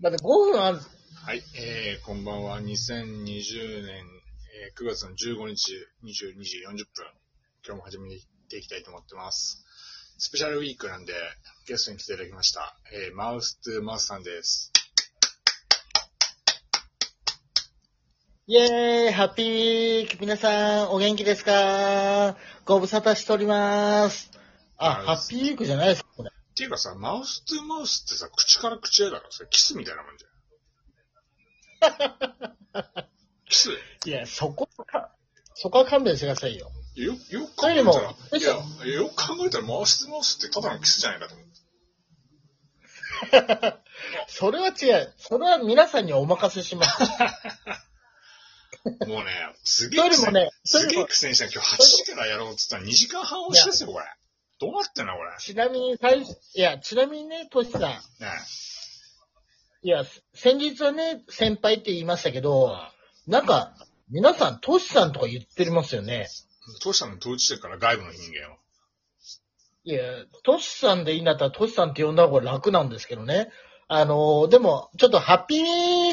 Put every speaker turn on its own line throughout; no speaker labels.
まだ5分ある。
はい、えー、こんばんは。2020年、えー、9月の15日22時40分、今日も始めていきたいと思ってます。スペシャルウィークなんで、ゲストに来ていただきました。えー、マウストゥーマウスさんです。
イェーイハッピー皆さん、お元気ですかご無沙汰しております。あ、
マ
ハ
ウ
ッ
ス
ピーウィークじゃないですかこれ。
っていうかさ、マウストゥーマウスってさ、口から口へだからさ、キスみたいなもんじゃん。 キス
いや、そこは、そこは勘弁してくださいよ。
よよく考えた
それより
ら、いや、よく考えたら、マウストゥーマウスってただのキスじゃないかと思って。
それは違う。それは皆さんにお任せします。
もうね、すげ
一
え苦
人も
戦、
ね、一
す
人
げえ
も、
苦戦した。今日8時からやろうって言ったら2時間半押しですよ、これ。どうなってんの、これ。
ちなみに最初、いや、ちなみにね、トシさん。
ね
いや、先日はね、先輩って言いましたけ
え。
ど、なんか、皆さん、トシさんとか言ってますよね。
当社の統治してから外部の人間を。
いや、トシさんでいいんだったらトシさんって呼んだ方が楽なんですけどね。あのーでも、ちょっとハッピー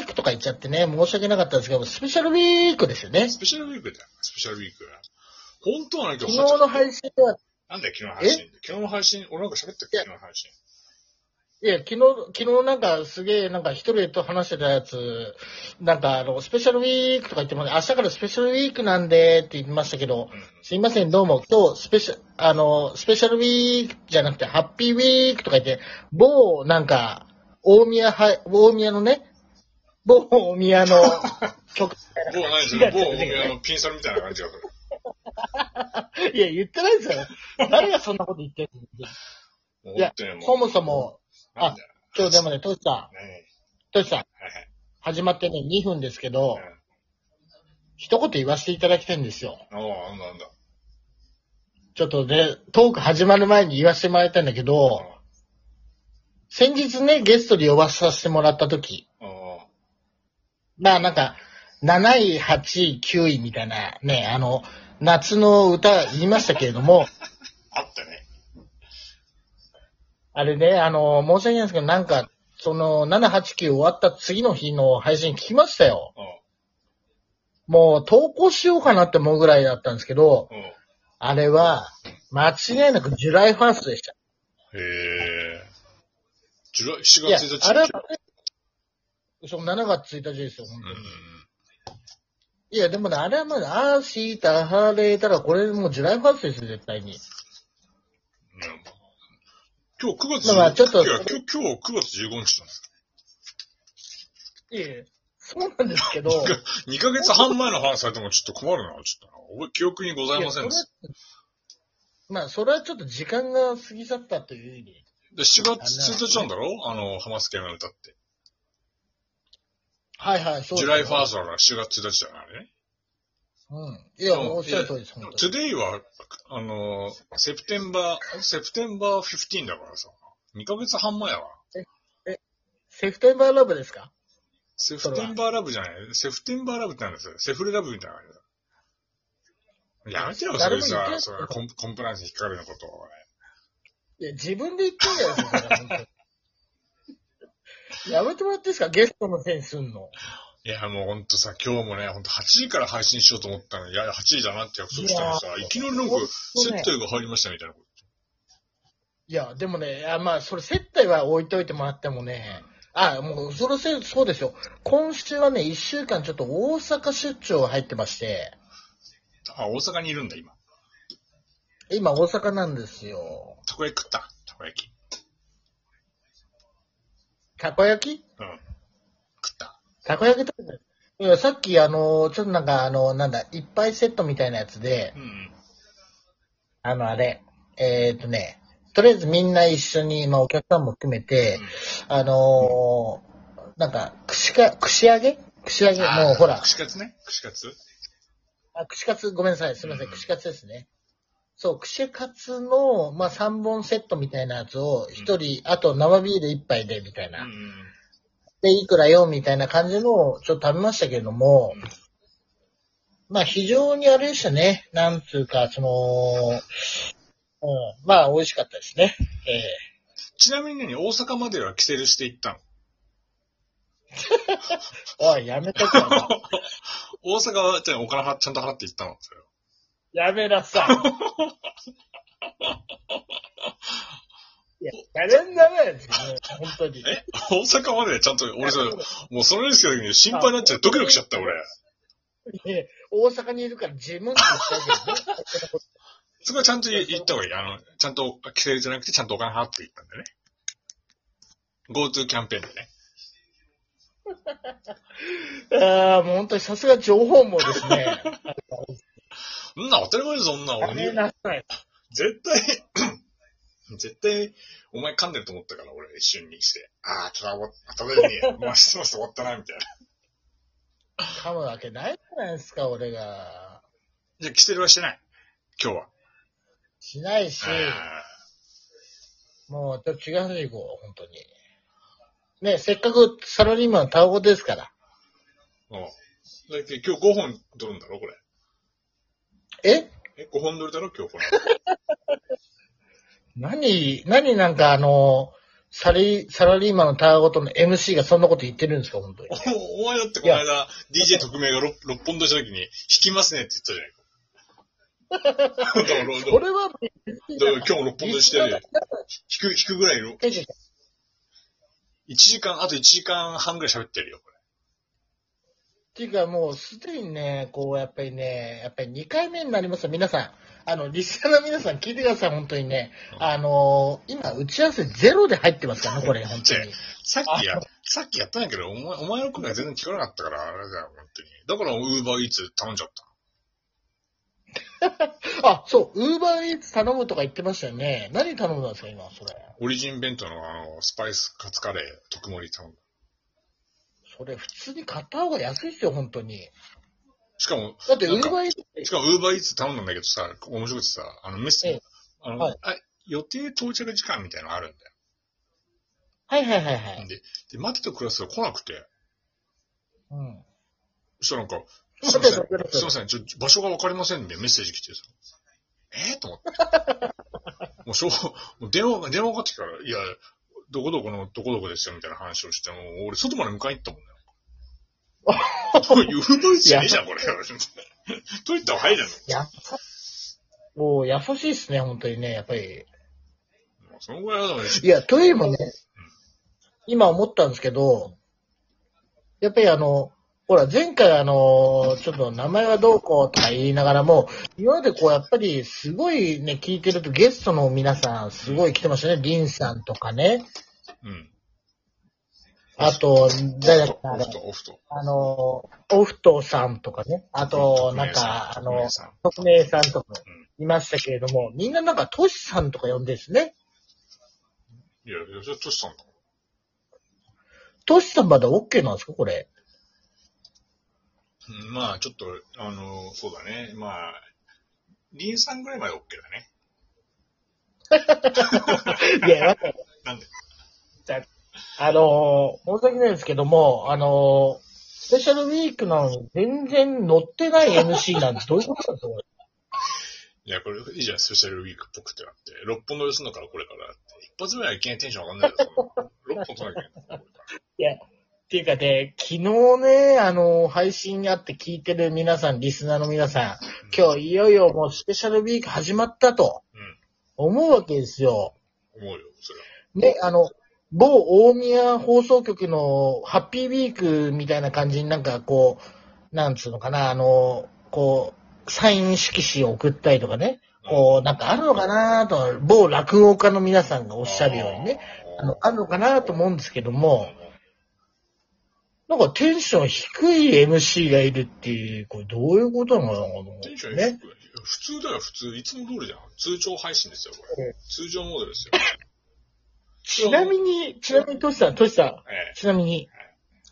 ウィークとか言っちゃってね、申し訳なかったんですけど、スペシャルウィークですよね。
スペシャルウィークだよ、スペシャルウィーク。本当はね、今
昨
日
日
8
の配信では、
なんだよ、昨日の配信。昨日の配信、俺なんか喋ったっけ昨日の配信。
いや、昨日、昨日なんかすげえ、なんか一人でと話してたやつ、なんかあの、スペシャルウィークとか言っても、明日からスペシャルウィークなんでって言いましたけど、
うん。
すいません、どうも、今日、スペシャ、あの、スペシャルウィークじゃなくて、ハッピーウィークとか言って、某、なんか、大宮は、大宮のね、某大宮の曲、
某何それ某大宮のピンサロみたいな感じだから。
いや、言ってないですよ。誰がそんなこと言ってる
もう
いや
本当に もう。
そもそも、
なんだよ。
今日でもね、トシさん、
ね
トシさん、
えはいはい
始まってね、2分ですけど、
うん
一言言わせていただきたいんですよ。
おあ、なんだなんだ。
ちょっとね、トーク始まる前に言わせてもらいたいんだけど、先日ね、ゲストで呼ばさせてもらった時、
うんうん
まあなんか、7位、8位、9位みたいなね、あの、夏の歌言いましたけれども、
あったね。
あれね、あの、申し訳ないですけど、なんか、その、7、8、9終わった次の日の配信聞きましたよ。
う
もう投稿しようかなって思うぐらいだったんですけど、
ん。うん。へ
あれは、間違いなくジュライファーストでした。
え。ジュラ7
いや
月1、日。
あれは、その7月1日ですよ、本
う
当
ん
に。いや、でもね、あれはまだ、あー、シータ、ハーレーたら、これもうジュライファーストですよ、絶対に。
いやまあ今日9月
まあまあちょっと
いや今日、今日9月15日なんです。
いやいやそうなんです けど、
2ヶ月半前の話されてもちょっと困るな、ちょっとな。覚え記憶にございませんです。
いやそれまあ、それはちょっと時間が過ぎ去ったという意味。
で、4月1日なんだろあの、ハマスケの歌って。
はいはい、そう
ジュライファー
ス
ストだから4月1日だな、あれね。
ト。うん。いや、おっしゃる通りです、
で
本
も
当に。
トゥデイは、あの、セプテンバー、セプテンバー15だからさ、2ヶ月半前は。
セフテンバーラブですか
セフテンバーラブじゃないセフテンバーラブってなんですよ。セフレラブみたいな感じだ。やめてよ、そ
誰
れ
も言ってな
さ、
い
それコンコンプライアンス引っかかるようなことを。
いや、自分で言ってんじゃないですか、それ本当にやめてもらっていいですかゲストのせいにすんの。
いや、もうほんとさ、今日もね、ほんと8時から配信しようと思ったのに、いや、8時だなって約束したのにさ
いや、ー
いきなりなんか
ほんとね、
接待が入りましたみたいなこと。
いや、でもね、いやまあ、それ接待は置いといてもらってもね、あ、もう、それせ、そうですよ。今週はね、一週間ちょっと大阪出張が入ってまして、
あ、大阪にいるんだ、今。
今大阪なんですよ。
たこ焼き食った。たこ焼き。
たこ焼き
うん。食った。
たこ焼き食べたいや、さっき、あの、ちょっとなんか、あの、なんだ、いっぱいセットみたいなやつで
う、んうん。
あの、あれ、えーっ、とね、とりあえずみんな一緒に、まあ、お客さんも含めて、あのーなんか、串か、串揚げ串揚げ、
あー
もうほら、
串カツね。串カツ。
あ串カツ、ごめんなさい、すみません、
うん
串カツですね。そう、串カツの、まあ、3本セットみたいなやつを、1人、あと生ビール1杯で、みたいうな。
んうん。
で、いくらよ、みたいな感じのをちょっと食べましたけれども
うん、
まあ非常にあれでしたね。なんつうか、その、うん、まあ美味しかったですね。ええ
ちなみにね、大阪までは帰省して行ったの。
おい、やめとけよ。
大阪は、ってお金はちゃんと払って行ったのそれは
やめなさい。いや、やれんだね、本当に。
大阪までちゃんと、俺それ、もうそのリスクだけに心配になっちゃう。ドキドキしちゃった、俺。
ね大阪にいるから自分って言ったけどね。
そこはちゃんと行った方がいい。あの、ちゃんと規制じゃなくて、ちゃんとお金払って行ったんだよね。GoTo キャンペーンでね。
ああ、もう本当にさすが情報網ですね。
そんな当たり前だぞ、そんな。
や
俺
め
に
なさい。
絶対、 絶対、お前噛んでると思ったから、俺一瞬にして。ああ、ただ、ただね え、まあ、してます、終わったな、みたいな。
噛むわけないじゃないですか、俺が。
じゃあ、規制はしてない。今日は。
しないし、
あ
もうちょっと違うの行こう、本当に。ねせっかくサラリーマンのタオですから。
ーもう。だって今日5本取るんだろ、これ。
え
え、5本取れたろ、今日これ。
何、何なんかあの、サリ、サラリーマンのタオとの MC がそんなこと言ってるんですか、本当に。
おお前だってこの間、DJ 特命が 6, 6本取りした時に、弾きますねって言ったじゃないか。だから俺、だか
これは、
ら今日も6本取りしてるよ。弾く、弾くぐらいの、1時間、あと1時間半ぐらい喋ってるよ、これ。
っていうかもうすでにね、こうやっぱりね、やっぱり2回目になりますよ、皆さん。あの、リスナーの皆さん聞いてください、本当にね。あのー今、打ち合わせゼロで入ってますからね、これ、本当に。
さっきや、さっきやったんやけど、お前、お前の声が全然聞こえなかったから、あれだよ、本当に。だから、ウーバーイーツ頼んじゃった。
あ、そう、ウーバーイーツ頼むとか言ってましたよね。何頼むんですか、今、それ。
オリジン弁当のあの、スパイスカツカレー、特盛り頼んだ。
それ、普通に買った方が安いですよ、本当に。
しかも、
だって、ウ
なん
ー
か
バーイーツ
しかも、ウーバーイーツ頼んだんだけどさ、面白くてさ、あの、メッセー
え
ジ
え、
あの、
はい
あ、予定到着時間みたいなのあるんだよ。
はいはいはいはい。
で、で、待ってと暮らすが来なくて、
うん。
そしたらなんか、す
待っ
いませ
て
ん
と暮ら、す
すいません、ちょ、場所がわかりませんで、メッセージ来てさ、えー、と思って。 もう、しょう、もう電話が、電話かかってきたから、いや、どこどこの、どこどこですよ、みたいな話をして、もう、俺、外まで迎え行ったもんね。これ、ウーバーイーツじゃねえじゃん、これ。トイレ行った方が早いじゃん。
やっぱもう、優しいっすね、本当にね、やっぱり。
もうそのぐらいはだから、
いや、といえばね、今思ったんですけど、やっぱりあの、ほら、前回あの、ちょっと名前はどうこうとか言いながらも、今までこう、やっぱりすごいね、聞いてるとゲストの皆さん、すごい来てましたね。リンさんとかね。
うん。
あと、誰だっけ
オ
あ
フ
れ
と、オフと。
あの、オフトさんとかね。あと、なんか、あ
匿名
の、
さん
匿名さんとかもいましたけれども、みんななんかトシさんとか呼んでるんですね。
いや、吉田トシさんだもん。
トシさんまだ OK なんですかこ れ。
うんまあ、ちょっと、あの、そうだね。まあ、リンさんぐらいまで OK だね。
いや、わかる
なんで
あのー、申し訳ないですけども、あのー、スペシャルウィークなのに全然乗ってない MC なんてどういうことなんですかこれ
いや、これいいじゃん、スペシャルウィークっぽくてなって。6本乗りすんのから、これからって。一発目はいきなりテンション上がんないですよ。6本取らなきゃいけない。
いや、っていうかね、昨日ね、あのー、配信あって聞いてる皆さん、リスナーの皆さん、今日いよいよもうスペシャルウィーク始まったと思うわけですよ。
うん、思うよ、それは。
ね、あの、某大宮放送局のハッピーウィークみたいな感じになんかこう、なんつうのかな、あの、こう、サイン色紙を送ったりとかね、こう、なんかあるのかなと、某落語家の皆さんがおっしゃるようにね、あの、あるのかなと思うんですけど
うん。
も、なんかテンション低い MC がいるっていう、これどういうことなのかな
テンション低くない
ね。
普通だよ、普通。いつも通りじゃん。通常配信ですよ、こ
う
れ。通常モードですよ。
ちなみに、ちなみにトシさん、トシさん、
え
ちなみに、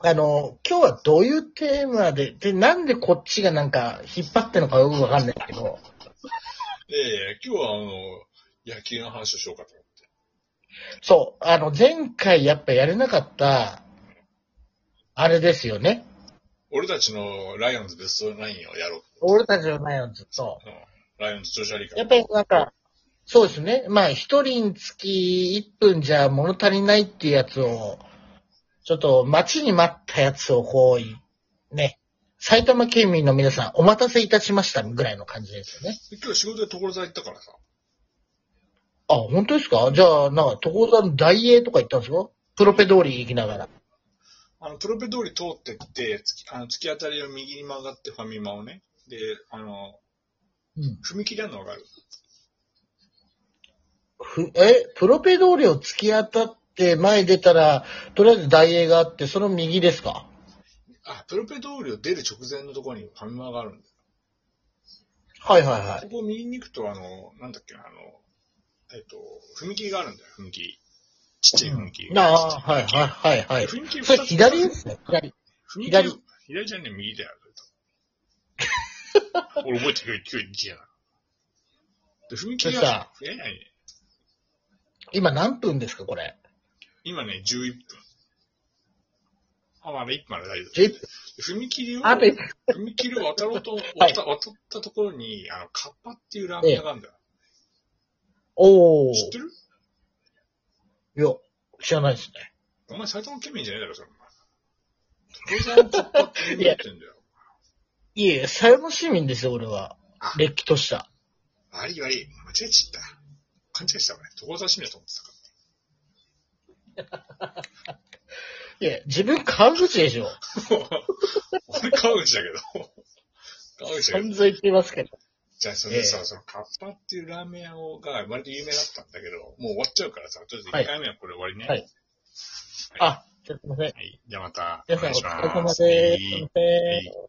あの、今日はどういうテーマで、で、なんでこっちがなんか引っ張ってんのかよくわかんないけど、
え。いやいや今日は、あの、野球の話をしようかと思って。
そう、あの、前回やっぱやれなかった、あれですよね。
俺たちのライオンズベストナインをやろう。
俺たちの前をずっと。
うんライオンズ調子悪いから。
やっぱりなんか、そうですね。まあ、一人につき1分じゃ物足りないっていうやつを、ちょっと待ちに待ったやつをこう、ね、埼玉県民の皆さんお待たせいたしましたぐらいの感じですよね。
今日仕事で所沢行ったからさ。
あ、本当ですかじゃあ、なんか、所沢の大英とか行ったんですかプロペ通り行きながら。
あの、プロペ通り通ってって、つあの突き当たりを右に曲がってファミマをね。で、あの、
うん。
踏切あるのわかる
ふえ、プロペ通りを突き当たって前出たら、とりあえず大英があって、その右ですか
あ、プロペ通りを出る直前のところにファミマがあるんだよ。
はいはいは
ここを右に行くと、あの、なんだっけな、あの、えっと、踏切があるんだよ、踏切。ちっちゃい踏切。
い。なあ、はいはいはいはい。
踏切
それ左ですね、左。
踏切
左
左じゃねえ、右だよ。俺覚えてるよ、今日1やな。で、踏切
そし
が
たら
早いね。
今何分ですか、これ。
今ね、11分。あ、まだ1分まで大丈夫。
え
踏切を、
あと、
踏切を渡ろ うと、渡渡ったところに、あの、カッパっていうラーメン屋があるんだよ。
おー。
知ってる
いや、知らないですね。
お前埼玉県民じゃねえだ ろ、それ。所沢のカッパって言ってんだよ。
いえいえ、狭山市民ですよ、俺は
あ。
れっきとした。
悪い悪い。間違えちゃった。勘違いした俺。所沢市民だと思ってたか
いえ、自分川口でしょ。
ら。俺、川口だけど。 川口だけど
散。々言ってますけど。
じゃあ、それでさ、
ええ
そのカッパっていうラーメン屋が割と有名だったんだけど、もう終わっちゃうからさ、とりあえず1回目はこれ終わりね。
はいあ、じゃあすいません。
はい。じゃあまた、お
皆さ
願
ん
い
お
します。
疲れ様です。すいません。
はい